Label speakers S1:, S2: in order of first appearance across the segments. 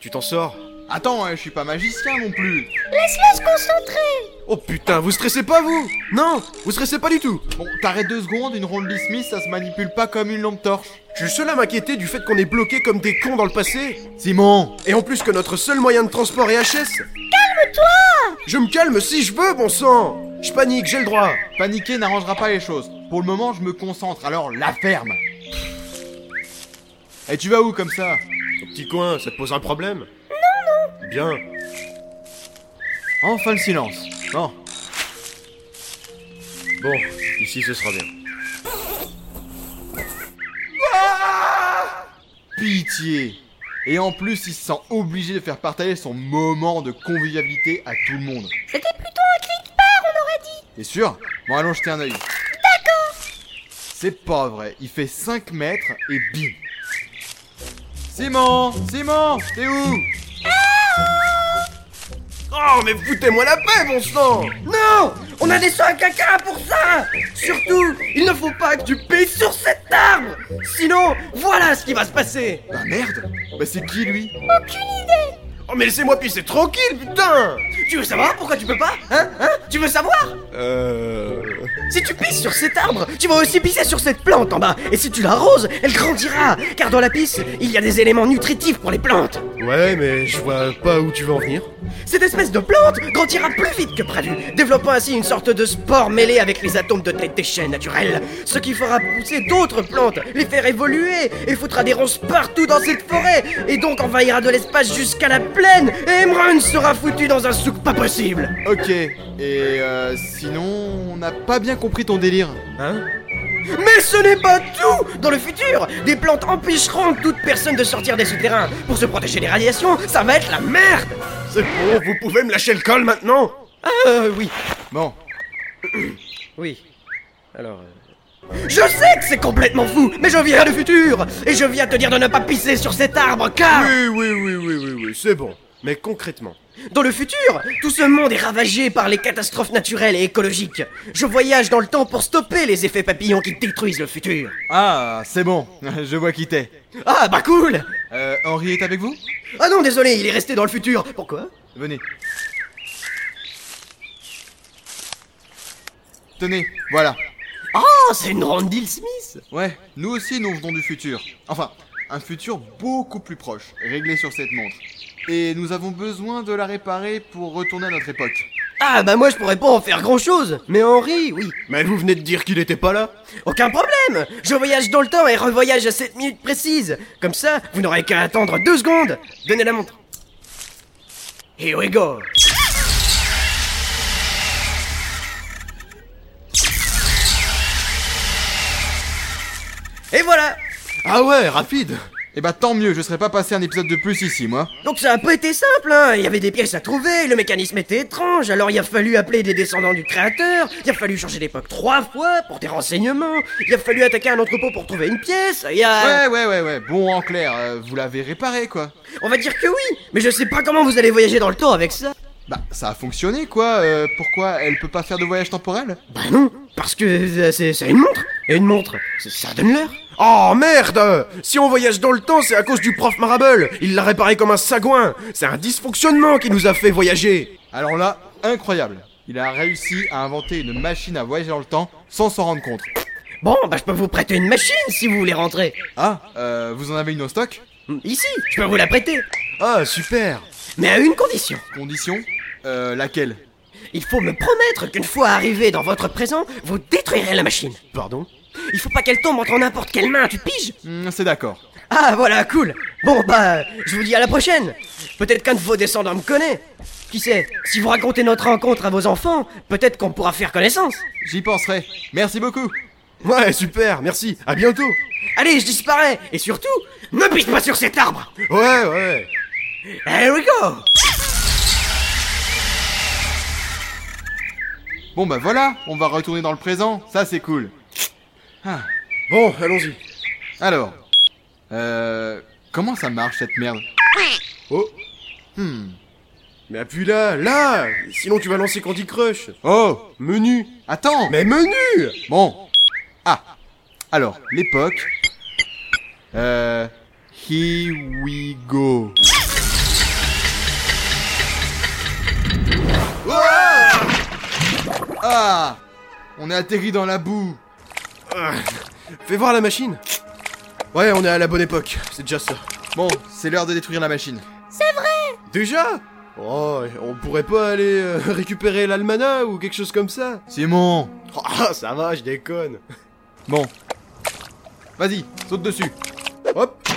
S1: Tu t'en sors
S2: Attends, hein, je suis pas magicien non plus.
S3: Laisse-le se concentrer
S1: Oh putain, vous stressez pas vous Non, vous stressez pas du tout
S2: Bon, t'arrêtes deux secondes, une ronde Lee Smith, ça se manipule pas comme une lampe torche.
S1: Je suis seul à m'inquiéter du fait qu'on est bloqué comme des cons dans le passé
S2: Simon
S1: Et en plus que notre seul moyen de transport est HS
S3: Calme-toi
S1: Je me calme si je veux, bon sang Je panique, j'ai le droit
S2: Paniquer n'arrangera pas les choses. Pour le moment, je me concentre, alors la ferme Et tu vas où comme ça
S1: Au petit coin, ça te pose un problème
S3: Non, non
S1: Bien
S2: Enfin le silence. Bon,
S1: Bon, ici ce sera bien.
S2: pitié Et en plus, il se sent obligé de faire partager son moment de convivialité à tout le monde.
S3: C'était plutôt un clic part, on aurait dit
S2: T'es sûr Bon, allons jeter un œil.
S3: D'accord
S2: C'est pas vrai, il fait 5 mètres et bim Simon Simon T'es où
S1: Oh, mais foutez-moi la paix, bon sang
S4: Non On a des soins à caca pour ça Surtout, il ne faut pas que tu pisses sur cet arbre Sinon, voilà ce qui va se passer
S2: Bah merde Bah c'est qui lui
S3: Aucune idée
S1: Oh, mais laissez-moi pisser tranquille, putain
S4: Tu veux savoir pourquoi tu peux pas Hein Hein Tu veux savoir
S1: Euh...
S4: Si tu pisses sur cet arbre, tu vas aussi pisser sur cette plante en bas Et si tu l'arroses, elle grandira Car dans la pisse, il y a des éléments nutritifs pour les plantes
S1: Ouais, mais je vois pas où tu veux en venir.
S4: Cette espèce de plante grandira plus vite que prévu, développant ainsi une sorte de spore mêlé avec les atomes de tes déchets naturels, ce qui fera pousser d'autres plantes, les faire évoluer, et foutra des ronces partout dans cette forêt, et donc envahira de l'espace jusqu'à la plaine, et Emron sera foutu dans un souk pas possible.
S2: Ok, et euh, sinon, on n'a pas bien compris ton délire.
S1: Hein
S4: Mais ce n'est pas tout Dans le futur, des plantes empêcheront toute personne de sortir des souterrains. Pour se protéger des radiations, ça va être la merde
S1: C'est bon, vous pouvez me lâcher le col maintenant
S4: Ah euh, oui,
S2: Bon,
S4: Oui. Alors. euh, Je sais que c'est complètement fou, mais je viens du futur Et je viens te dire de ne pas pisser sur cet arbre,
S3: Ah.
S4: car
S1: Oui, oui, oui, oui, oui, oui, c'est bon. Mais concrètement,
S4: dans le futur, tout ce monde est ravagé par les catastrophes naturelles et écologiques. Je voyage dans le temps pour stopper les effets papillons qui détruisent le futur.
S2: ah, c'est bon, je vois qui t'es.
S4: Ah bah cool
S2: Euh, Henri est avec vous
S4: Ah non, désolé, il est resté dans le futur. Pourquoi
S2: Venez. Tenez, voilà.
S4: Ah, c'est une Randall Smith
S2: Ouais, nous aussi nous venons du futur. Enfin, un futur beaucoup plus proche, réglé sur cette montre. Et nous avons besoin de la réparer pour retourner à notre époque.
S4: Ah bah moi je pourrais pas en faire grand chose Mais Henri, oui
S1: Mais vous venez de dire qu'il était pas là
S4: Aucun problème Je voyage dans le temps et revoyage à cette minute précise Comme ça, vous n'aurez qu'à attendre deux secondes Donnez la montre Here we go Et voilà
S1: Ah ouais, rapide
S2: Eh bah tant mieux, je serais pas passé un épisode de plus ici, moi.
S4: Donc ça a pas été simple, hein Il y avait des pièces à trouver, le mécanisme était étrange, alors il a fallu appeler des descendants du créateur, il a fallu changer d'époque trois fois pour des renseignements, il a fallu attaquer un entrepôt pour trouver une pièce, il y a...
S2: Ouais, ouais, ouais, ouais. Bon, en clair, euh, vous l'avez réparé, quoi.
S4: On va dire que oui, mais je sais pas comment vous allez voyager dans le temps avec ça.
S2: Bah, ça a fonctionné, quoi. Euh, pourquoi elle peut pas faire de voyage temporel
S4: Bah non, parce que euh, c'est c'est une montre. Et une montre, c'est- ça donne l'heure.
S1: Oh merde Si on voyage dans le temps, c'est à cause du prof Marable Il l'a réparé comme un sagouin C'est un dysfonctionnement qui nous a fait voyager
S2: Alors là, incroyable. Il a réussi à inventer une machine à voyager dans le temps sans s'en rendre compte.
S4: Bon, bah je peux vous prêter une machine si vous voulez rentrer.
S2: Ah, euh, vous en avez une au stock
S4: Ici, je peux vous la prêter.
S1: Ah, super
S4: Mais à une condition.
S2: Condition Euh, laquelle
S4: Il faut me promettre qu'une fois arrivé dans votre présent, vous détruirez la machine.
S1: Pardon
S4: Il faut pas qu'elle tombe entre n'importe quelle main, tu piges
S2: Hmm, C'est d'accord.
S4: Ah voilà, cool. Bon bah, je vous dis à la prochaine. Peut-être qu'un de vos descendants me connaît. Qui sait, si vous racontez notre rencontre à vos enfants, peut-être qu'on pourra faire connaissance.
S2: J'y penserai. Merci beaucoup.
S1: Ouais, super, merci, à bientôt
S4: Allez, je disparais Et surtout, ne pisse pas sur cet arbre
S1: Ouais, ouais
S4: Here we go
S2: Bon bah voilà, on va retourner dans le présent, ça c'est cool. Ah,
S1: Bon, allons-y
S2: alors, euh, comment ça marche cette merde
S1: Oh
S2: Hmm.
S1: Mais appuie là, là Sinon tu vas lancer Candy Crush
S2: Oh,
S1: Menu
S2: attends.
S1: Mais menu
S2: Bon. Ah. Alors, l'époque. Euh, here we go. Ah On est atterri dans la boue
S1: Fais voir la machine Ouais, on est à la bonne époque, c'est déjà ça.
S2: Bon, c'est l'heure de détruire la machine.
S1: Déjà Oh, on pourrait pas aller euh, récupérer l'almanach ou quelque chose comme ça
S2: Simon
S1: Ah, ça va, je déconne.
S2: Bon. Vas-y, saute dessus
S1: Hop,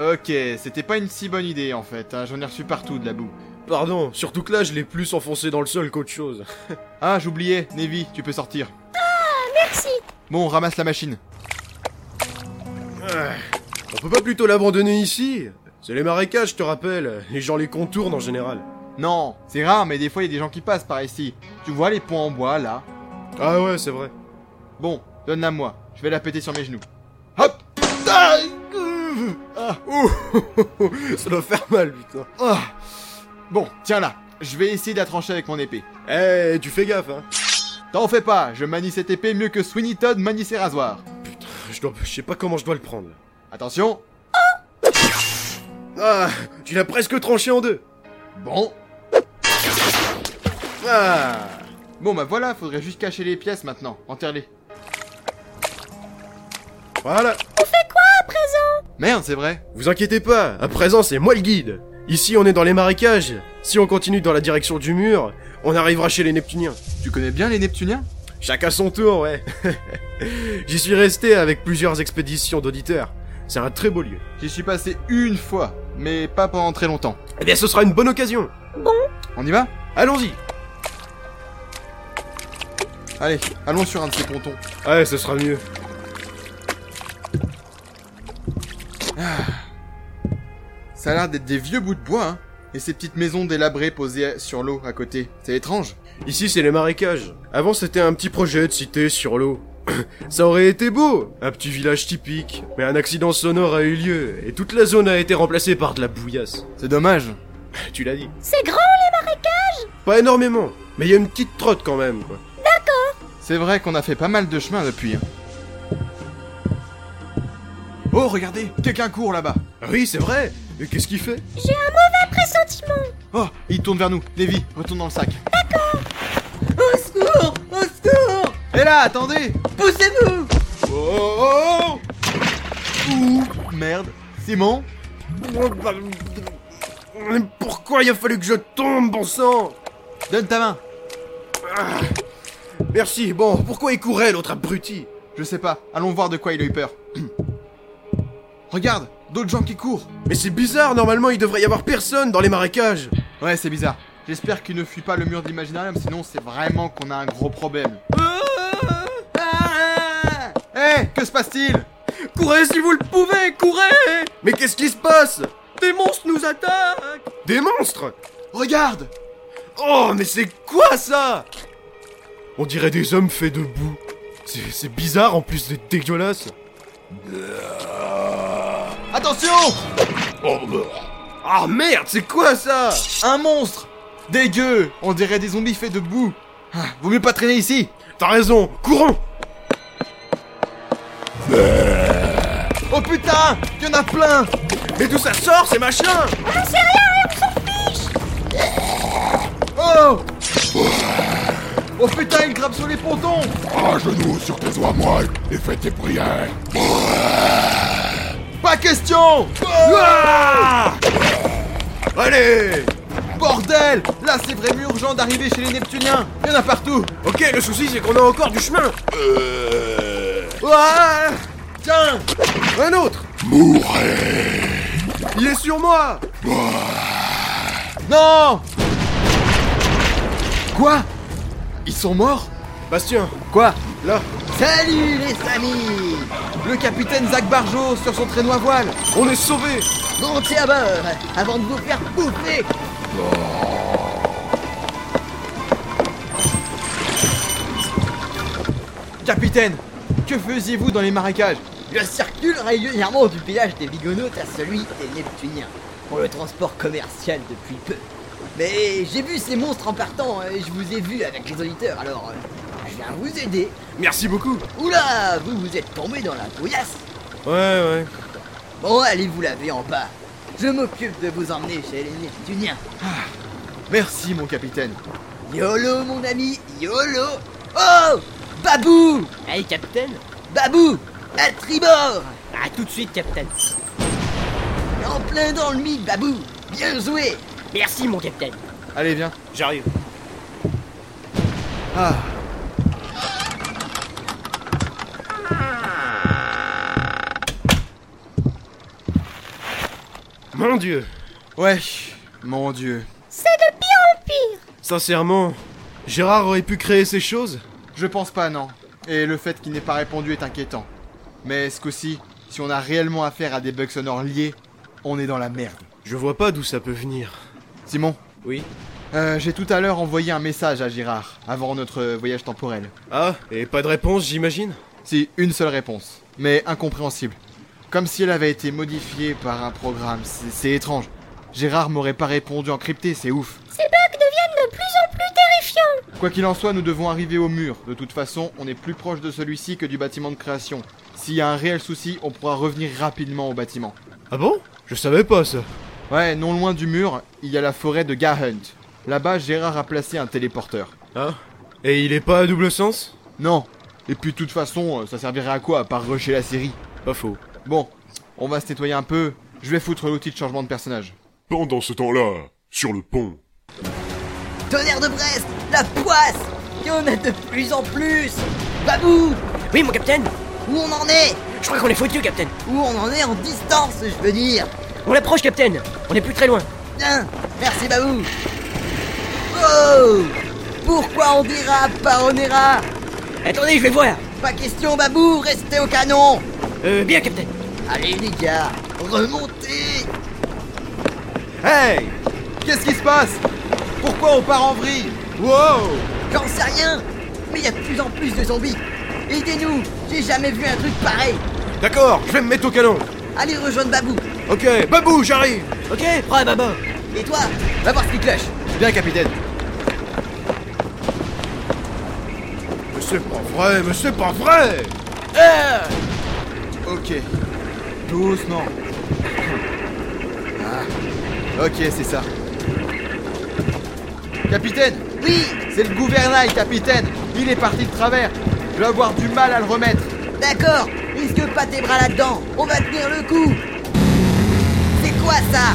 S2: Ok, c'était pas une si bonne idée en fait, hein, j'en ai reçu partout de la boue.
S1: pardon, surtout que là, je l'ai plus enfoncé dans le sol qu'autre chose.
S2: Ah, j'oubliais, Nevi, tu peux sortir.
S3: Merci.
S2: Bon, ramasse la machine.
S1: On peut pas plutôt l'abandonner ici C'est les marécages, je te rappelle, les gens les contournent en général.
S2: Non, c'est rare, mais des fois il y a des gens qui passent par ici. Tu vois les points en bois là
S1: Ah ouais, c'est vrai.
S2: Bon, donne-la moi, je vais la péter sur mes genoux. Hop Ah
S1: Ouh, ça doit faire mal, putain.
S2: Ah Bon, tiens là, je vais essayer de la trancher avec mon épée.
S1: Eh, tu fais gaffe, hein.
S2: T'en fais pas, je manie cette épée mieux que Sweeney Todd manie ses rasoirs.
S1: Je, dois, je sais pas comment je dois le prendre. là.
S2: Attention
S1: Ah, tu l'as presque tranché en deux.
S2: Bon
S1: Ah,
S2: Bon bah voilà, faudrait juste cacher les pièces maintenant, enterre-les.
S1: voilà.
S2: Merde, c'est vrai
S1: Vous inquiétez pas, à présent c'est moi le guide. Ici on est dans les marécages. Si on continue dans la direction du mur, on arrivera chez les Neptuniens.
S2: Tu connais bien les Neptuniens
S1: Chacun son tour, ouais. J'y suis resté avec plusieurs expéditions d'auditeurs. C'est un très beau lieu.
S2: J'y suis passé une fois, mais pas pendant très longtemps.
S1: Eh bien ce sera une bonne occasion.
S2: On y va
S1: Allons-y.
S2: Allez, allons sur un de ces pontons.
S1: Ouais, ce sera mieux.
S2: Ça a l'air d'être des vieux bouts de bois, hein Et ces petites maisons délabrées posées sur l'eau à côté. C'est étrange.
S1: Ici c'est les marécages. Avant c'était un petit projet de cité sur l'eau. Ça aurait été beau, un petit village typique, mais un accident sonore a eu lieu et toute la zone a été remplacée par de la bouillasse.
S2: C'est dommage.
S1: Tu l'as dit.
S3: C'est grand les marécages.
S1: Pas énormément, mais il y a une petite trotte quand même, quoi.
S2: C'est vrai qu'on a fait pas mal de chemin depuis. hein. Oh, regardez Quelqu'un court là-bas
S1: Ah oui, c'est vrai Mais qu'est-ce qu'il fait
S3: J'ai un mauvais pressentiment.
S2: Oh, il tourne vers nous. Davy, retourne dans le sac.
S5: Au secours Au secours
S2: Et là, attendez
S5: Poussez-vous
S2: Oh, oh, oh Ouh, merde. Simon
S1: Oh, bah, Mais pourquoi il a fallu que je tombe, bon sang
S2: Donne ta main
S1: Merci, bon, pourquoi il courait, l'autre abruti
S2: Je sais pas, allons voir de quoi il a eu peur. Regarde, d'autres gens qui courent.
S1: Mais c'est bizarre, normalement il devrait y avoir personne dans les marécages
S2: Ouais, c'est bizarre. J'espère qu'il ne fuit pas le mur d'imaginarium, sinon c'est vraiment qu'on a un gros problème.
S1: Euh,
S5: Ah
S2: Eh, que se passe-t-il
S5: Courez si vous le pouvez Courez
S1: Mais qu'est-ce qui se passe
S5: Des monstres nous attaquent
S1: Des monstres
S2: Regarde
S1: Oh, mais c'est quoi ça On dirait des hommes faits de boue. C'est c'est bizarre, en plus c'est dégueulasse.
S2: Attention
S1: Ah merde, c'est quoi ça
S2: Un monstre Dégueu On dirait des zombies faits de boue. Ah, vaut mieux pas traîner ici
S1: T'as raison, courons
S2: Oh putain Il y en a plein
S1: Mais d'où ça sort ces machins
S2: Oh Oh putain, il grimpe sur les pontons
S6: À genoux sur tes oies molles et fais tes prières.
S2: Pas question
S1: Ah Allez
S2: Bordel Là, c'est vraiment urgent d'arriver chez les Neptuniens Il y en a partout
S1: Ok, le souci c'est qu'on a encore du chemin
S2: Ouah Tiens
S1: Un autre Mourez Il est sur moi
S2: Non Quoi Ils sont morts
S1: Bastien,
S2: Quoi
S1: là,
S2: Salut les amis Le capitaine Zach Barjo sur son traîneau à voile
S1: on est sauvés
S5: Montez à bord Avant de vous faire bouffer
S2: Capitaine Que faisiez-vous dans les marécages
S5: Je circule régulièrement du village des Bigonautes à celui des Neptuniens, pour le transport commercial depuis peu. Mais j'ai vu ces monstres en partant, et je vous ai vu avec les auditeurs, alors euh, je viens vous aider.
S1: Merci beaucoup
S5: Oula, vous vous êtes tombé dans la bouillasse
S1: Ouais, ouais.
S5: Bon, allez vous laver en bas. Je m'occupe de vous emmener chez les Neptuniens.
S2: Merci mon capitaine
S5: YOLO, mon ami, YOLO Oh Babou
S4: Hey, Captain
S5: Babou À tribord
S4: À Ah, tout de suite, Captain
S5: En plein dans le mythe, Babou Bien joué
S4: Merci, mon Captain
S2: Allez, viens.
S1: J'arrive.
S2: Ah.
S1: Mon dieu
S2: Ouais, mon dieu.
S3: C'est de pire en pire.
S1: Sincèrement, Gérard aurait pu créer ces choses
S2: Je pense pas, non. Et le fait qu'il n'ait pas répondu est inquiétant. Mais ce coup-ci, si on a réellement affaire à des bugs sonores liés, on est dans la merde.
S1: Je vois pas d'où ça peut venir.
S2: Simon
S1: Oui
S2: euh, J'ai tout à l'heure envoyé un message à Girard, avant notre euh, voyage temporel.
S1: Ah, et pas de réponse, j'imagine
S2: Si, une seule réponse, mais incompréhensible. Comme si elle avait été modifiée par un programme, c'est c'est étrange. Gérard m'aurait pas répondu en crypté, c'est ouf.
S3: Ces bugs deviennent de plus en plus terrifiants.
S2: Quoi qu'il en soit, nous devons arriver au mur. De toute façon, on est plus proche de celui-ci que du bâtiment de création. S'il y a un réel souci, on pourra revenir rapidement au bâtiment.
S1: Ah bon Je savais pas ça.
S2: Ouais, non loin du mur, il y a la forêt de Gahunt. Là-bas, Gérard a placé un téléporteur.
S1: Ah Et il est pas à double sens
S2: Non. Et puis, de toute façon, euh, ça servirait à quoi à part rusher la série
S1: Pas faux.
S2: Bon, on va se nettoyer un peu. Je vais foutre l'outil de changement de personnage.
S6: Pendant ce temps-là, sur le pont.
S5: Tonnerre de Brest La poisse Il y en a de plus en plus Babou
S4: Oui, mon Captain
S5: Où on en est
S4: Je crois qu'on est foutu, Captain
S5: Où on en est en distance, je veux dire
S4: On approche, Captain On est plus très loin
S5: Bien Merci, Babou Oh Pourquoi on dérape par on dérape
S4: Attendez, je vais voir
S5: Pas question, Babou Restez au canon
S4: Euh, bien, Captain
S5: Allez, les gars Remontez
S2: Hey Qu'est-ce qui se passe Pourquoi on part en vrille Wow
S5: J'en sais rien Mais il y a de plus en plus de zombies Aidez-nous J'ai jamais vu un truc pareil
S1: D'accord, je vais me mettre au canon
S5: Allez rejoindre Babou
S1: Ok, babou, j'arrive
S4: Ok, prends à baba
S5: Et toi Va voir ce qui cloche
S2: Bien, capitaine.
S1: Mais c'est pas vrai, mais c'est pas vrai
S2: Ok. Doucement. Ah. Ok, c'est ça. Capitaine
S5: Oui
S2: C'est le gouvernail, capitaine Il est parti de travers Je vais avoir du mal à le remettre
S5: D'accord Risque pas tes bras là-dedans On va tenir le coup C'est quoi ça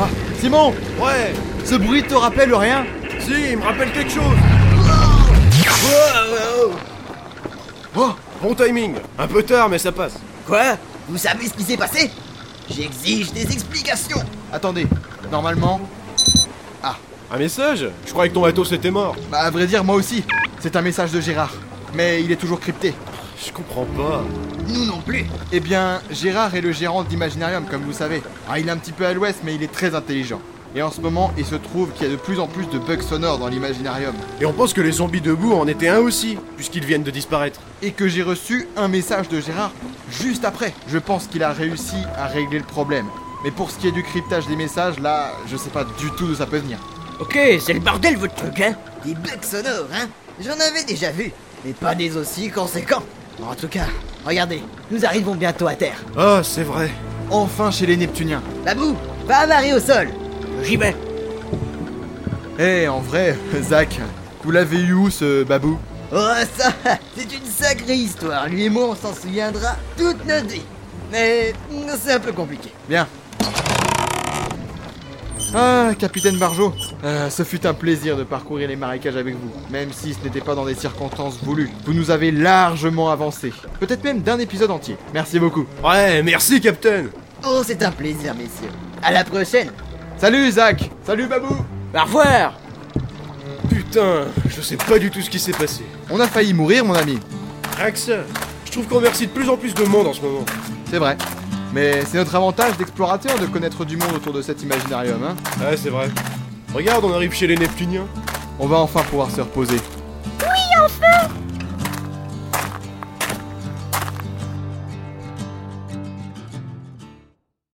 S2: Ah Simon
S1: Ouais
S2: Ce bruit te rappelle rien
S1: Si, il me rappelle quelque chose
S2: Oh
S1: Bon timing Un peu tard, mais ça passe.
S4: Quoi
S5: Vous savez ce qui s'est passé J'exige des explications
S2: Attendez, normalement.
S1: Un message Je croyais que ton bateau c'était mort.
S2: Bah, à vrai dire, moi aussi C'est un message de Gérard. Mais il est toujours crypté.
S1: Je comprends pas.
S5: Nous non plus
S2: Eh bien, Gérard est le gérant d'Imaginarium, comme vous savez. Ah, il est un petit peu à l'ouest, mais il est très intelligent. Et en ce moment, il se trouve qu'il y a de plus en plus de bugs sonores dans l'Imaginarium.
S1: Et on pense que les zombies debout en étaient un aussi, puisqu'ils viennent de disparaître.
S2: Et que j'ai reçu un message de Gérard juste après. Je pense qu'il a réussi à régler le problème. Mais pour ce qui est du cryptage des messages, là, je sais pas du tout d'où ça peut venir.
S4: Ok, c'est le bordel, votre truc, hein
S5: Des bugs sonores, hein J'en avais déjà vu, mais pas des aussi conséquents En tout cas, regardez, nous arrivons bientôt à terre
S1: Ah, c'est vrai.
S2: Enfin chez les Neptuniens.
S5: Babou, va amarrer au sol
S4: J'y vais
S2: Eh, en vrai, Zach, vous l'avez eu où ce babou
S5: Oh ça, c'est une sacrée histoire, lui et moi on s'en souviendra toute notre vie Mais mm, c'est un peu compliqué
S2: Bien. Ah, capitaine Barjot, euh, ce fut un plaisir de parcourir les marécages avec vous, même si ce n'était pas dans des circonstances voulues. Vous nous avez largement avancé, peut-être même d'un épisode entier. Merci beaucoup.
S1: Ouais, merci, Captain
S5: Oh c'est un plaisir messieurs, à la prochaine
S2: Salut Zach Salut Babou
S4: Au revoir
S1: Putain, je sais pas du tout ce qui s'est passé.
S2: On a failli mourir, mon ami.
S1: Rien que ça. Je trouve qu'on remercie de plus en plus de monde en ce moment.
S2: C'est vrai. Mais c'est notre avantage d'explorateur de connaître du monde autour de cet imaginarium, hein.
S1: Ouais, c'est vrai. Regarde, on arrive chez les Neptuniens.
S2: On va enfin pouvoir se reposer.